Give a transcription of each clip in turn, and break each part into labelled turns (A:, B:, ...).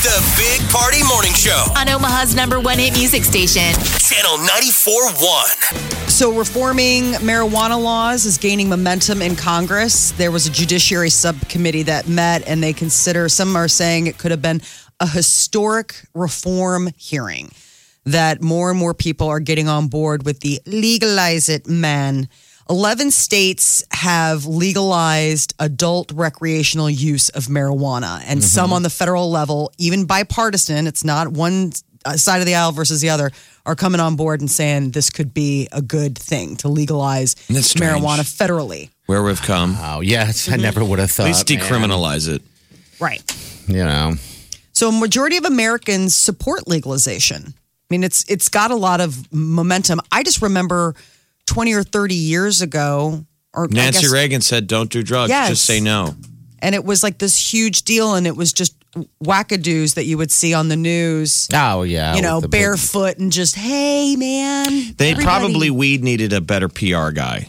A: The Big Party Morning Show,
B: on Omaha's number one hit music station.
A: Channel 94.1.
C: So, reforming marijuana laws is gaining momentum in Congress. There was a judiciary subcommittee that met, and they consider some are saying it could have been a historic reform hearing that more and more people are getting on board with the legalize it man. 11 states have legalized adult recreational use of marijuana, and
D: Mm-hmm.
C: some on the federal level, even bipartisan, it's not one uh, side of the aisle versus the other are coming on board and saying this could be a good thing to legalize
D: Isn't that strange?
C: marijuana federally.
D: Where we've come.
E: Oh, yes. I never would have thought.
D: At least
E: man.
D: decriminalize it.
C: Right.
E: You know.
C: So a majority of Americans support legalization. I mean, it's it's got a lot of momentum. I just remember 20 or 30 years ago or I
D: Nancy
C: guess-
D: Reagan said, "Don't do drugs.
C: Yes.
D: Just say no."
C: and it was like this huge deal and it was just wackadoos that you would see on the news,
E: Oh, yeah.
C: you
E: with
C: know,
E: the big-
C: barefoot and just, "Hey, man."
D: They
C: everybody."
D: probably weed needed a better PR guy.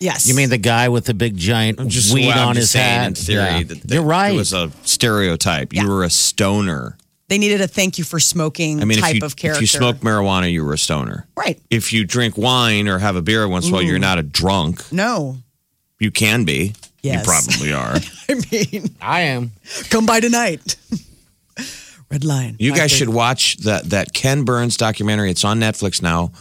C: Yes.
E: You mean the guy with the big giant
D: I'm just
E: weed
D: well, I'm
E: on his
D: just saying
E: hat?
D: In theory,
E: Yeah.
D: that, that
E: You're right.
D: It was a stereotype.
C: Yeah.
D: You were a stoner.
C: they needed a thank you for smoking
D: I mean,
C: type
D: if you
C: of character.
D: if you smoke marijuana, you were a stoner.
C: Right.
D: If you drink wine or have a beer once in a while, you're not a drunk.
C: No.
D: You can be.
C: Yes.
D: You probably are.
C: I mean,
E: I am.
C: come by tonight. Red line.
D: You guys
C: Doctor-
D: should watch that that Ken Burns documentary. It's on Netflix now.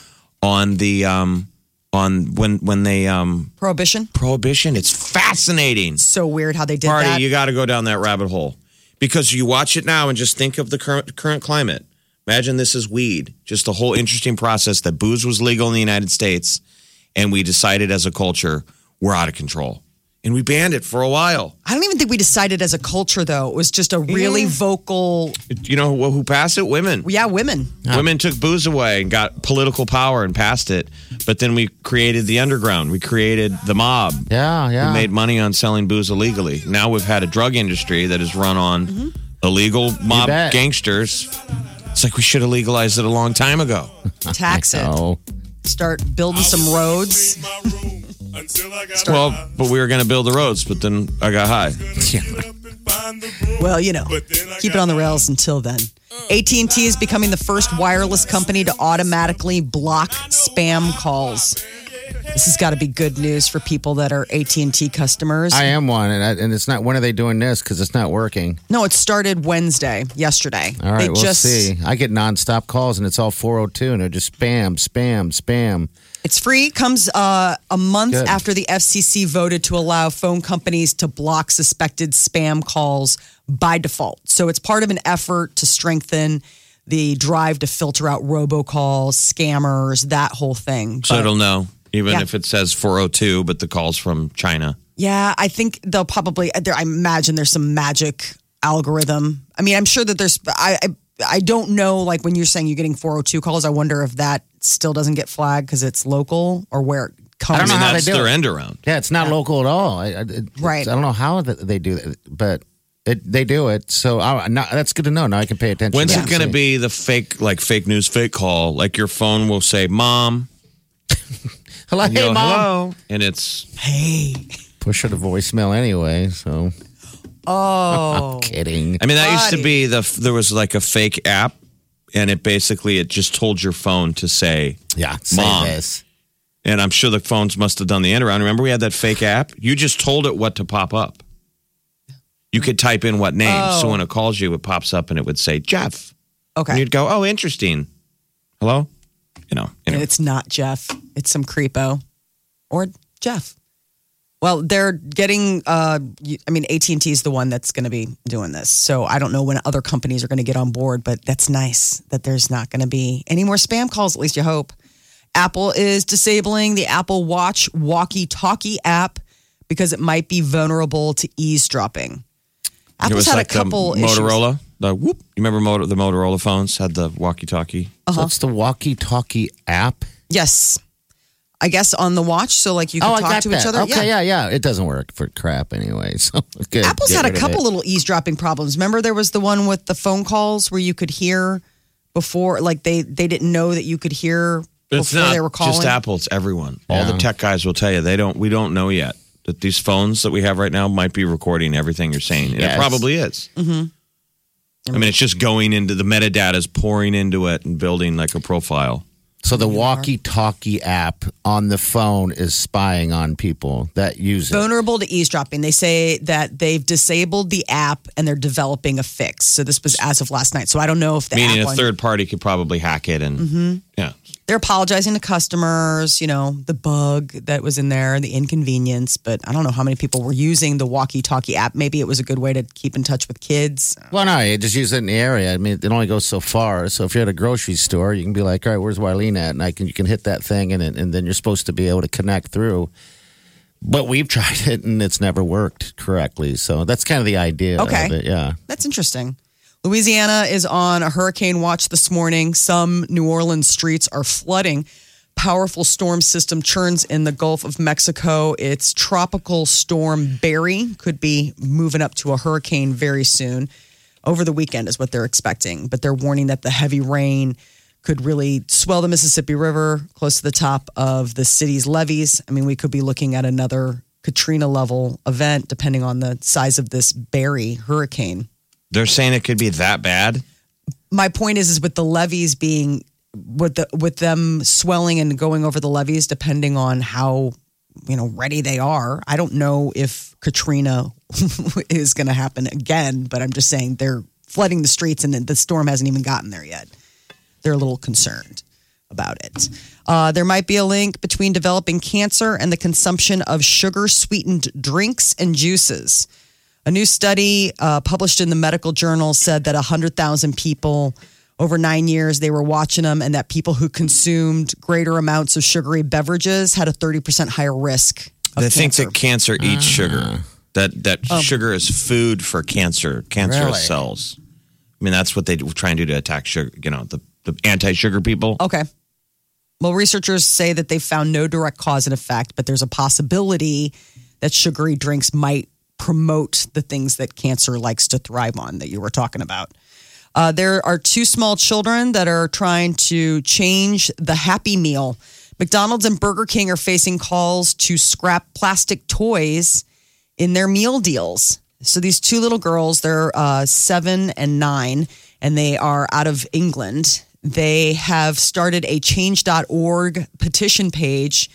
D: On the um on when when they um
C: prohibition.
D: prohibition. It's fascinating.
C: So weird how they did
D: Party,
C: that.
D: you got to go down that rabbit hole because you watch it now and just think of the current current climate. Imagine this is weed. Just the whole interesting process that booze was legal in the United States, and we decided as a culture we're out of control, and we banned it for a while.
C: I don't even think we decided as a culture though. It was just a really vocal,
D: You know who, who passed it? Women.
C: yeah, women.
D: Women took booze away and got political power and passed it. But then we created the underground. We created the mob.
E: Yeah, yeah.
D: who made money on selling booze illegally. Now we've had a drug industry that is run on illegal
E: Mm-hmm.
D: mob
E: bet.
D: gangsters. It's like we should have legalized it a long time ago.
C: Tax it.
E: oh.
C: Start building some roads.
D: Well, but we were going to build the roads, but then I got high.
C: Well, you know, keep it on the rails until then. AT&T is becoming the first wireless company to automatically block spam calls. This has got to be good news for people that are AT&T customers.
E: I am one. And, I, and it's not, when are they doing this? Because it's not working.
C: no, it started Wednesday, yesterday.
E: All right,
C: they
E: we'll
C: just,
E: see. I get nonstop calls and it's all 402 and they're just spam, spam, spam.
C: It's free. Comes uh, a month
E: Good.
C: after the FCC voted to allow phone companies to block suspected spam calls by default. So it's part of an effort to strengthen the drive to filter out robocalls, scammers, that whole thing.
D: So
C: But-
D: it'll know, even
C: Yeah.
D: if it says 402, but the call's from China.
C: yeah, I think they'll probably. there- I imagine there's some magic algorithm. I mean, I'm sure that there's. I I, I don't know. Like when you're saying you're getting 402 calls, I wonder if that still doesn't get flagged because it's local or where it comes.
E: don't know
D: And
E: how they
D: that's
E: do
D: their
E: it.
D: end around.
E: Yeah, it's not local at all. I, I, it-
C: Right.
E: I don't know how th- they do that, but it, they do it. So I, now, that's good to know. Now I can pay attention.
D: When's
E: Yeah.
D: it going to be the fake, like fake news, fake call? Like your phone will say, Mom.
E: Hello,
D: and you
E: hey,
D: go,
E: mom.
D: Hello. And it's
C: Hey.
E: Push her to voicemail anyway. So
C: Oh.
E: kidding.
D: I mean, that used to be the there was like a fake app, and it basically it just told your phone to say.
E: Yeah, say
D: Mom.
E: this.
D: And I'm sure the phones must have done the end around. Remember, we had that fake app. You just told it what to pop up. You could type in what name, so
C: Oh.
D: when it calls you, it pops up and it would say Jeff,
C: Okay.
D: and you'd go, "Oh, interesting. Hello." You know,
C: And
D: anyway.
C: it's not Jeff. It's some creepo or Jeff. Well, they're getting. Uh, you- I mean, AT and T is the one that's going to be doing this. So I don't know when other companies are going to get on board, but that's nice that there's not going to be any more spam calls. At least you hope. Apple is disabling the Apple Watch walkie-talkie app because it might be vulnerable to eavesdropping.
D: it
C: Apple's
D: was
C: had a
D: like
C: couple
D: the
C: issues.
D: Motorola The whoop. You remember motor, the Motorola phones had the walkie-talkie?
E: So
C: Uh-huh.
E: it's the walkie-talkie app.
C: Yes. I guess on the watch, so like you can
E: oh, I
C: talk
E: got
C: to
E: that.
C: each other.
E: Okay, yeah. yeah, It doesn't work for crap anyway. So good.
C: Apple's
E: Get
C: had a
E: rid of
C: couple
E: it.
C: little eavesdropping problems. Remember, there was the one with the phone calls where you could hear before, like they they didn't know that you could hear
D: It's
C: before
D: not
C: they were calling.
D: just Apple. It's everyone. All the tech guys will tell you they don't. We don't know yet that these phones that we have right now might be recording everything you're saying. And
E: Yes.
D: It probably is. Mm-hmm. I mean, it's just going into the metadata is pouring into it and building like a profile.
E: So the walkie-talkie app on the phone is spying on people that use it.
C: Vulnerable to eavesdropping. They say that they've disabled the app and they're developing a fix. So this was as of last night. So I don't know if the
D: Meaning
C: app
D: a
C: one- Mm-hmm.
D: third party could probably hack it and yeah.
C: they're apologizing to customers, you know, the bug that was in there, the inconvenience, but I don't know how many people were using the walkie-talkie app. Maybe it was a good way to keep in touch with kids.
E: Well, no, you just use it in the area. I mean, it only goes so far. So if you're at a grocery store, you can be like, all right, where's Wileen at? And I can you can hit that thing, and it, and then you're supposed to be able to connect through. But we've tried it, and it's never worked correctly. So that's kind of the idea.
C: Okay.
E: Of it. Yeah.
C: That's interesting. Louisiana is on a hurricane watch this morning. Some New Orleans streets are flooding. Powerful storm system churns in the Gulf of Mexico. It's tropical storm Barry could be moving up to a hurricane very soon. Over the weekend is what they're expecting, but they're warning that the heavy rain could really swell the Mississippi River close to the top of the city's levees. I mean, we could be looking at another Katrina level event depending on the size of this Barry hurricane
D: They're saying it could be that bad.
C: my point is is with the levees being with the with them swelling and going over the levees depending on how you know ready they are i don't know if katrina is going to happen again but i'm just saying they're flooding the streets and the storm hasn't even gotten there yet they're a little concerned about it. Uh, there might be a link between developing cancer and the consumption of sugar sweetened drinks and juices. A new study uh, published in the medical journal said that 100,000 people over nine years they were watching them, and that people who consumed greater amounts of sugary beverages had a 30% higher risk. Of
D: They think
C: cancer. Uh-huh. Oh.
D: that cancer eats sugar. That that sugar is food for cancer, cancerous
E: Really?
D: cells. I mean, that's what they try and do to attack sugar. You know, the, the anti-sugar people.
C: Okay. Well, researchers say that they found no direct cause and effect, but there's a possibility that sugary drinks might promote the things that cancer likes to thrive on that you were talking about. Uh, there are two small children that are trying to change the Happy Meal. McDonald's and Burger King are facing calls to scrap plastic toys in their meal deals. So these two little girls, they're uh, seven and nine, and they are out of England. They have started a change.org petition page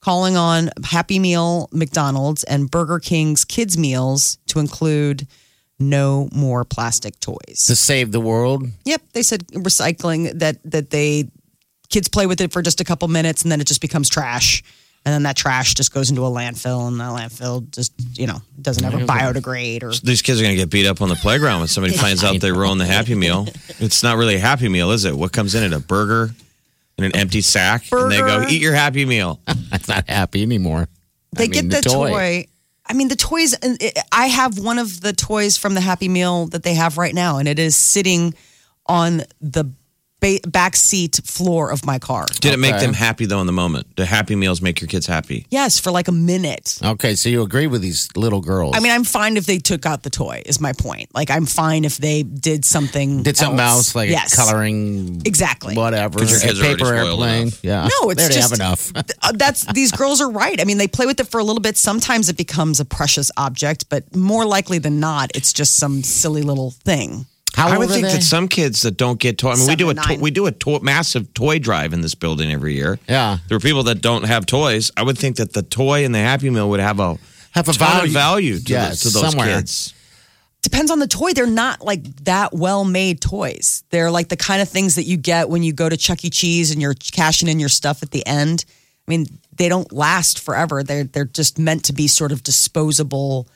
C: calling on Happy Meal, McDonald's, and Burger King's kids' meals to include no more plastic toys.
E: To save the world.
C: Yep, they said recycling that that they kids play with it for just a couple minutes and then it just becomes trash. And then that trash just goes into a landfill and the landfill just, you know, doesn't ever biodegrade or
D: These kids are going to get beat up on the playground when somebody finds out they ruined the Happy Meal. It's not really a Happy Meal, is it? What comes in it? A burger and an empty sack, and they go,
C: Burger.
D: "Eat your Happy Meal."
E: I'm not happy anymore.
C: they
E: I mean,
C: get the, toy. I mean, the toys. and it- I have one of the toys from the Happy Meal that they have right now, and it is sitting on the ba- back seat floor of my car.
D: Did it make them happy though in the moment? Do Happy Meals make your kids happy?
C: Yes, for like a minute.
E: Okay, so you agree with these little girls?
C: I mean, I'm fine if they took out the toy. Is my point. Like, I'm fine if they did something.
E: did something else, like
C: yes.
E: coloring,
C: Exactly.
E: whatever,
D: your kids
E: a
D: are already
E: paper
D: spoiled
E: airplane?
D: enough.
E: Yeah.
C: No, it's
E: they already
C: just
E: have enough.
C: Uh, That's these girls are right. I mean, they play with it for a little bit. Sometimes it becomes a precious object, but more likely than not, it's just some silly little thing.
E: How
D: I
E: old
D: would
E: are
D: think
E: they?
D: that some kids that don't get toy. I mean, we do a
C: Seven,
D: to-
C: nine.
D: we do a to- massive toy drive in this building every year.
E: Yeah.
D: there are people that don't have toys. I would think that the toy and the Happy Meal would have a
E: Have a
D: ton of
E: value.
D: value to,
E: Yeah,
D: those- to those
E: somewhere.
D: kids.
C: depends on the toy. They're not like that well made toys. They're like the kind of things that you get when you go to Chuck E. Cheese and you're cashing in your stuff at the end. I mean, they don't last forever. They're they're just meant to be sort of disposable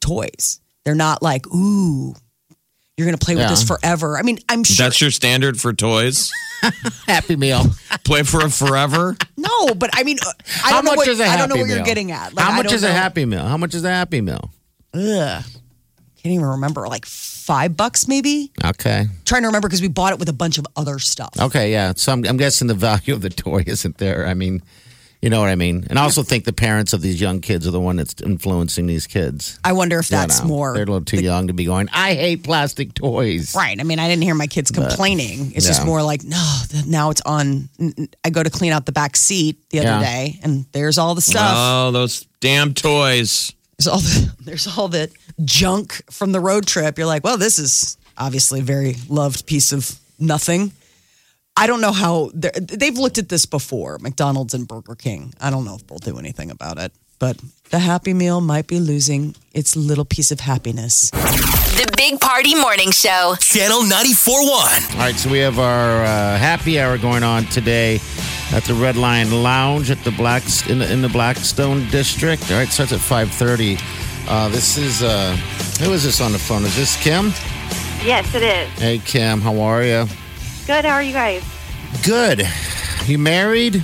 C: toys. They're not like, ooh, you're gonna play with this
E: Yeah.
C: forever. I mean, I'm sure
D: That's your standard for toys.
E: Happy meal.
D: Play for it forever.
C: no, but I mean uh, I
E: How
C: don't know
E: much
C: what,
E: is a
C: I
E: happy
C: don't know what
E: meal?
C: you're getting at. Like,
E: How
C: I
E: much
C: don't
E: is a
C: know.
E: happy meal? How much is a happy meal?
C: Ugh. can't even remember, like five bucks maybe.
E: Okay.
C: trying to remember because we bought it with a bunch of other stuff.
E: Okay, yeah. So I'm, I'm guessing the value of the toy isn't there. I mean, you know what I mean. And I also think the parents of these young kids are the one that's influencing these kids.
C: I wonder if that's
E: You know,
C: more
E: They're a little too young to be going. I hate plastic toys.
C: Right. I mean, I didn't hear my kids complaining. it's just
E: yeah.
C: more like, no, th- now it's on. n- n- I go to clean out the back seat the other
E: Yeah.
C: day, and there's all the stuff.
D: Oh, those damn toys.
C: there's all the there's all the junk from the road trip. You're like, well, this is obviously a very loved piece of nothing. I don't know how they're- they've looked at this before. McDonald's and Burger King. I don't know if they'll do anything about it, but the Happy Meal might be losing its little piece of happiness.
B: The Big Party Morning Show.
A: Channel 94.1.
E: All right, so we have our uh, happy hour going on today at the Red Lion Lounge at the Black in the, in the Blackstone District. All right, starts at five thirty. Uh, this is uh, who is this on the phone? Is this Kim?
F: Yes, it is.
E: Hey, Kim, how are you?
F: Good. How are you guys?
E: Good. You married?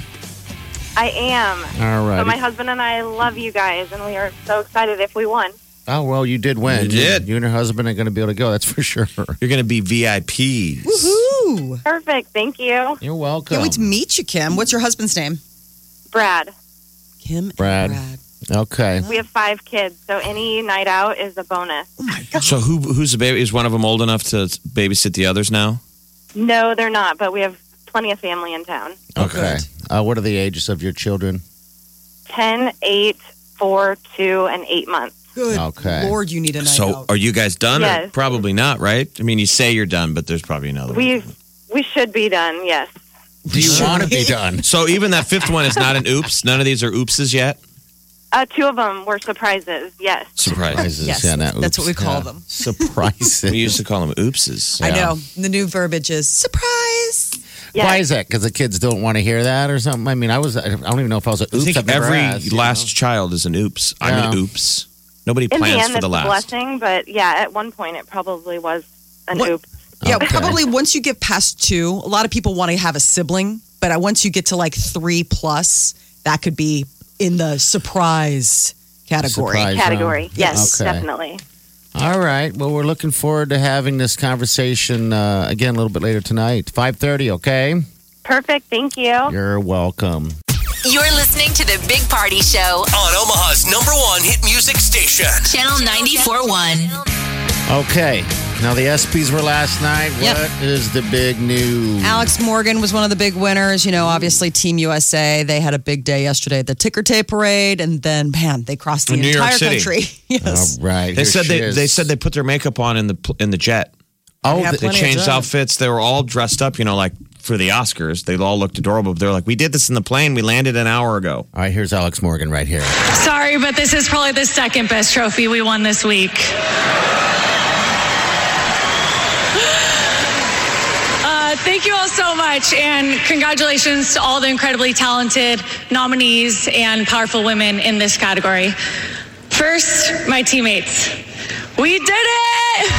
F: I am.
E: All right.
F: So my husband and I love you guys, and we are so excited if we won.
E: Oh well, you did win.
D: You did.
E: You and her husband are going to be able to go. That's for sure.
D: You're going to be VIPs.
C: Woohoo!
F: Perfect. Thank you,
E: You're welcome.
C: Can't wait to meet you, Kim. What's your husband's name?
F: Brad.
C: Kim and
E: Brad.
C: Brad.
E: okay.
F: We have five kids, so any night out is a bonus.
C: Oh
D: So who who's the baby? Is one of them old enough to babysit the others now?
F: No, they're not, but we have plenty of family in town.
C: Oh,
E: Okay. Uh, what are the ages of your children?
F: Ten, eight, four, two, and 8 months.
C: Good
E: Okay.
C: Lord, you need a night
D: So
C: out.
D: are you guys done? Or
F: Yes.
D: probably not, right? I mean, you say you're done, but there's probably another. one.
F: We we should be done, yes.
E: Do you want to be done?
D: So even that fifth one is not an oops. None of these are oopses yet.
F: Uh, two of them were surprises, yes.
D: Surprise.
E: Surprises.
C: Yes,
E: yeah, not
C: that's what we
E: oops.
C: call
E: Yeah.
C: them.
E: Surprises.
D: We used to call them oopses.
C: I
E: Yeah.
C: know. The new verbiage is surprise.
F: yes.
E: Why is that? Because the kids don't want to hear that or something. I mean, I was. I don't even know if I was. An
D: I
E: oops.
D: think
E: I've never
D: every
E: asked, you know?
D: last child is an oops. I'm an
E: Yeah.
D: oops. Nobody
F: In the
D: plans
F: end,
D: for
F: it's
D: the
F: a
D: last.
F: blessing, but yeah, at one point it probably was an
C: What-
F: oops.
C: Yeah,
E: Okay.
C: probably once you get past two, a lot of people want to have a sibling, but uh, once you get to like three plus, that could be in the surprise category.
E: Surprise round.
F: category. Yes,
E: Okay.
F: definitely.
E: All right. Well, we're looking forward to having this conversation uh, again a little bit later tonight, five thirty. Okay.
F: Perfect. Thank you.
E: You're welcome.
B: You're listening to the Big Party Show,
A: On Omaha's number one hit music station.
B: Channel 94.1.
E: Okay. Now the SPs were last night.
C: Yep.
E: What is the big news?
C: Alex Morgan was one of the big winners. You know, obviously Team USA, they had a big day yesterday at the ticker tape parade, and then, man, they crossed the
D: In New York
C: entire
D: City.
C: country. yes.
E: All right. here
D: They said
E: she
D: they,
E: is.
D: they said they put their makeup on in the pl- in the jet.
E: Oh,
C: Yeah,
E: th-
D: They
C: Plenty of
D: changed
C: jet.
D: outfits. They were all dressed up, you know, like for the Oscars. They all looked adorable. But they're like, we did this in the plane. We landed an hour ago.
E: all right. Here's Alex Morgan right here.
G: Sorry, but this is probably the second best trophy we won this week. Uh, Thank you all so much, and congratulations to all the incredibly talented nominees and powerful women in this category. First, my teammates. We did it!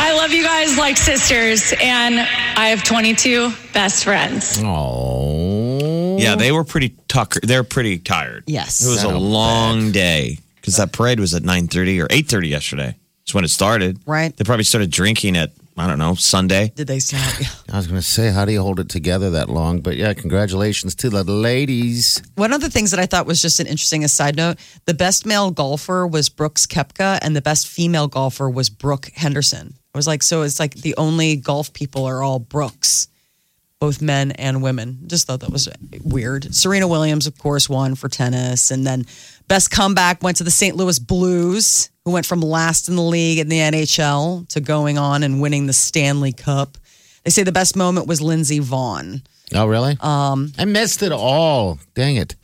G: I love you guys like sisters, and I have 22 best friends.
E: Oh.
D: Yeah, they were pretty tucker. They're pretty tired.
C: Yes.
D: it was a long day because that parade was at nine thirty or eight thirty yesterday. That's when it started.
C: Right.
D: They probably started drinking at I don't know Sunday.
C: Did they stop? Yeah.
E: I was going to say, how do you hold it together that long? But yeah, congratulations to the ladies.
C: One of the things that I thought was just an interesting aside note the best male golfer was Brooks Kepka, and the best female golfer was Brooke Henderson. I was like, so it's like the only golf people are all Brooks, both men and women. Just thought that was weird. Serena Williams, of course, won for tennis. And then best comeback went to the St. Louis Blues, who went from last in the league in the NHL to going on and winning the Stanley Cup. They say the best moment was Lindsey Vaughn.
E: Oh, really? Um, I missed it all. Dang it.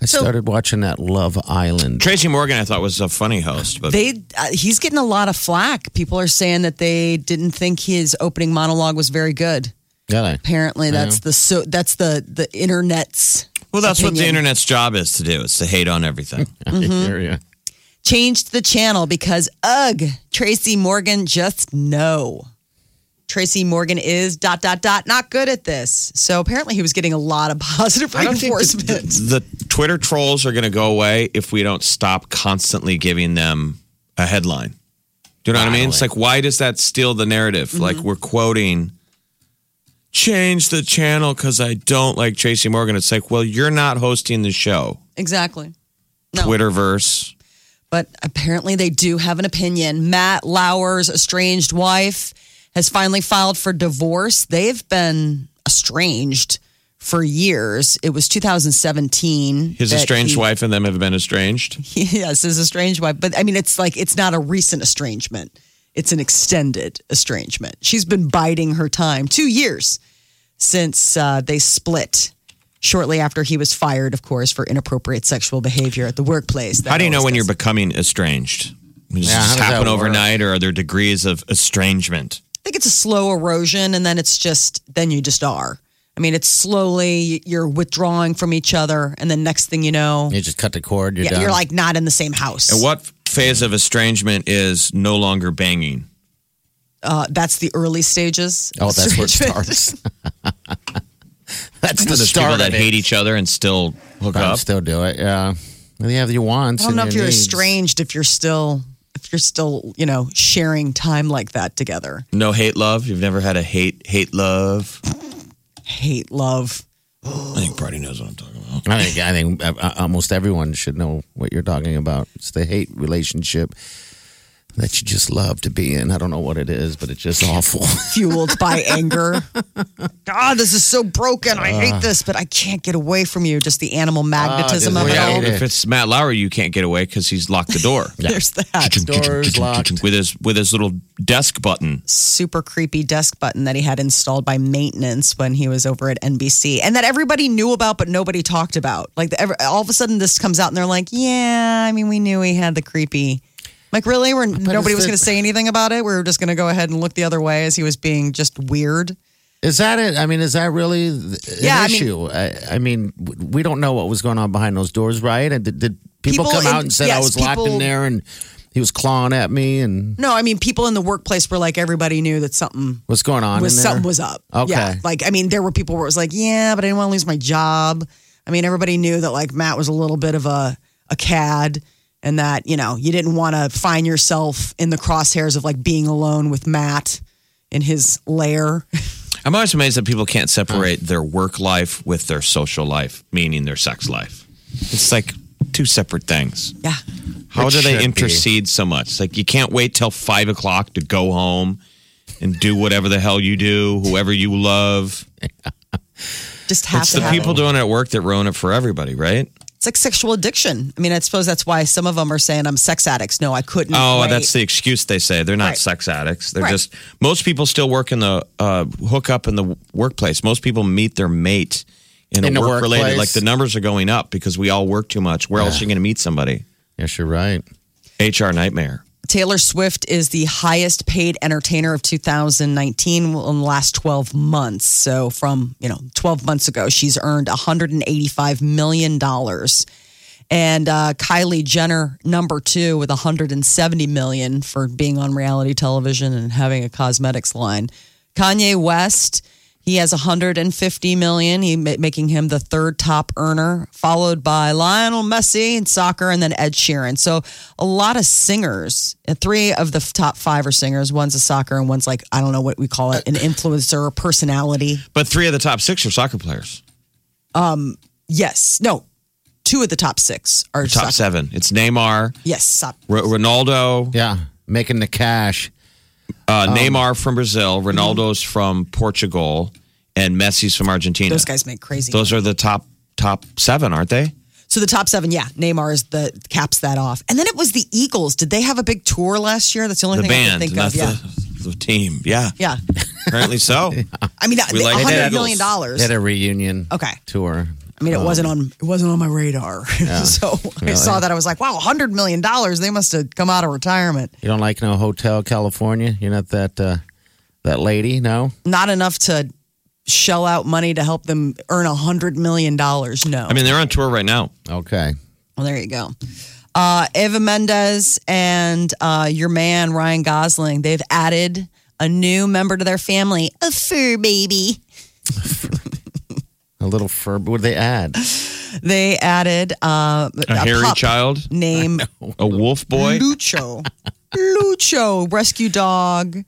E: I started watching that Love Island.
D: Tracy Morgan, I thought was a funny host, but
C: They uh, he's getting a lot of flack. People are saying that they didn't think his opening monologue was very good.
E: Got I?
C: Apparently, that's the so that's the the internet's
D: well, that's what the
C: Opinion.
D: internet's job is to do: is to hate on everything.
E: I
C: Mm-hmm.
E: hear ya.
C: changed the channel because ugh, Tracy Morgan just no. Tracy Morgan is dot dot dot not good at this. So apparently he was getting a lot of positive reinforcement.
D: the, the Twitter trolls are going to go away if we don't stop constantly giving them a headline. Do you know what I mean? It's like, why does that steal the narrative? Like, we're quoting, change the channel because I don't like Tracy Morgan. It's like, well, you're not hosting the show,
C: exactly. No.
D: Twitterverse.
C: but apparently they do have an opinion. Matt Lauer's estranged wife has finally filed for divorce. They've been estranged for years. It was 2017.
D: His
C: that
D: estranged
C: he-
D: wife and them have been estranged.
C: Yes, his estranged wife. But I mean, it's like, it's not a recent estrangement, it's an extended estrangement. She's been biding her time two years since uh, they split. Shortly after he was fired, of course, for inappropriate sexual behavior at the workplace. That
D: How do you know
C: always
D: when
C: does
D: you're becoming estranged? Does
E: Yeah, how
D: this
E: does
D: happen
E: that work?
D: overnight, or are there degrees of estrangement?
C: I think it's a slow erosion, and then it's just then you just are. I mean, it's slowly you're withdrawing from each other, and then next thing you know,
E: You just cut the cord. You're
C: yeah,
E: done.
C: you're like not in the same house.
D: And what phase of estrangement is no longer banging?
C: Uh, that's the early stages.
E: oh, that's where it
C: Estrangement.
E: starts. that's the
D: There's people
E: start
D: that
E: of
D: hate
E: it.
D: each other and still hook
E: I'd
D: up.
E: still do it. Yeah, you have your wants.
C: I don't
E: and
C: know if
E: your
C: you're
E: needs.
C: estranged if you're still if you're still you know sharing time like that together.
D: no hate love. You've never had a hate hate love.
C: Hate love.
D: I think Brady knows what I'm talking about.
E: I think I think uh, uh, almost everyone should know what you're talking about. It's the hate relationship that you just love to be in. I don't know what it is, but it's just awful.
C: fueled by anger. God, this is so broken. I
E: Ah.
C: hate this, but I can't get away from you. Just the animal magnetism
E: just
C: of it
E: hate
C: all.
E: it.
D: If it's Matt Lauer, you can't get away because he's locked the door
C: There's that
E: Doors locked.
D: with his with his little desk button.
C: super creepy desk button that he had installed by maintenance when he was over at NBC and that everybody knew about but nobody talked about. Like the, every, all of a sudden this comes out and they're like, "Yeah, I mean, we knew he had the creepy." Like really, we're, nobody was
E: it's
C: going to
E: the-
C: say anything about it. We were just going to go ahead and look the other way as he was being just weird.
E: Is that it? I mean, is that really th- an
C: Yeah, I mean-
E: issue? I, I mean, w- we don't know what was going on behind those doors, right? And did, did people,
C: People in-
E: come out and said I
C: yes,
E: was locked
C: people-
E: in there and he was clawing at me and
C: No, I mean, people in the workplace were like, everybody knew that something
E: what's going on?
C: was
E: in there?
C: something was up.
E: Okay.
C: Yeah. Like I mean, there were people where it was like, yeah, but I didn't want to lose my job. I mean, everybody knew that like Matt was a little bit of a a cad and that, you know, you didn't want to find yourself in the crosshairs of like being alone with Matt in his lair.
D: I'm always amazed that people can't separate their work life with their social life, meaning their sex life. It's like two separate things.
C: yeah.
D: How
E: It
D: do
E: should
D: they
E: be.
D: intercede so much? It's like you can't wait till five o'clock to go home and do whatever the hell you do, whoever you love.
C: Just have
D: it's
C: to
D: the
C: have
D: people
C: it.
D: doing it at work that ruin it for everybody, right?
C: It's like sexual addiction. I mean, I suppose that's why some of them are saying I'm sex addicts. No, I couldn't.
D: Oh,
C: wait.
D: that's the excuse they say. They're not
C: Mm, Right.
D: sex addicts. They're
C: Right.
D: just most people still work in the uh, hook up in the workplace. Most people meet their mate in,
E: In
D: a
E: the
D: work related. Like
E: workplace.
D: the numbers are going up because we all work too much. Where else are you going to meet somebody?
E: Yes, you're right.
D: HR nightmare.
C: Taylor Swift is the highest paid entertainer of 2019 in the last 12 months. So from, you know, 12 months ago, she's earned 185 million dollars. And uh, Kylie Jenner, number two, with 170 million for being on reality television and having a cosmetics line. Kanye West, he has 150 million. He ma- making him the third top earner, followed by Lionel Messi in soccer, and then Ed Sheeran. So a lot of singers. Uh, Three of the f- top five are singers. One's a soccer, and one's like I don't know what we call it, an influencer or personality.
D: But three of the top six are soccer players.
C: Yes, no, two of the top six are
D: Top
C: soccer.
D: seven. It's Neymar,
C: Yes, so-
D: R- Ronaldo,
E: Yeah, making the cash.
D: uh,
C: Um,
D: Neymar from Brazil,
C: mm-hmm.
D: Ronaldo's from Portugal, and Messi's from Argentina.
C: those guys make crazy.
D: Those are the top top seven, aren't they?
C: So the top seven, yeah, Neymar is the caps that off, and then it was the Eagles. Did they have a big tour last year? That's the only
D: The
C: thing I can
D: band,
C: think
D: not
C: of. Yeah,
D: the, the team. Yeah,
C: yeah.
D: apparently so.
C: I mean,
D: We like
C: a hundred
D: the
C: million
E: They
D: Eagles.
C: dollars.
E: had a reunion.
C: Okay.
E: Tour.
C: I mean, it wasn't on it wasn't on my radar. so I saw that I was like, wow, hundred million dollars. They must have come out of retirement.
E: You don't like no hotel California. You're not that uh, that lady. No.
C: Not enough to shell out money to help them earn a hundred million dollars. No,
D: I mean, they're on tour right now.
E: Okay.
C: Well, there you go. Uh, Eva Mendes and uh, your man Ryan Gosling, they've added a new member to their family, a fur baby.
E: A little fur. What do they add?
C: They added uh,
D: A hairy
C: pup
D: child,
C: named
D: a wolf boy.
C: Lucho. Lucho, rescue dog.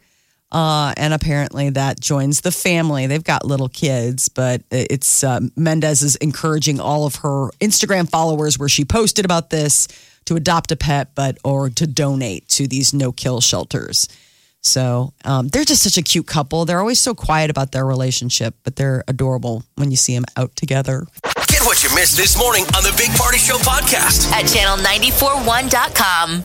C: Uh, and apparently that joins the family. They've got little kids, but it's uh, Mendez is encouraging all of her Instagram followers where she posted about this to adopt a pet, but or to donate to these no kill shelters. So um, they're just such a cute couple. They're always so quiet about their relationship, but they're adorable when you see them out together.
A: Get what you missed this morning on the Big Party Show podcast.
B: at channel941.com.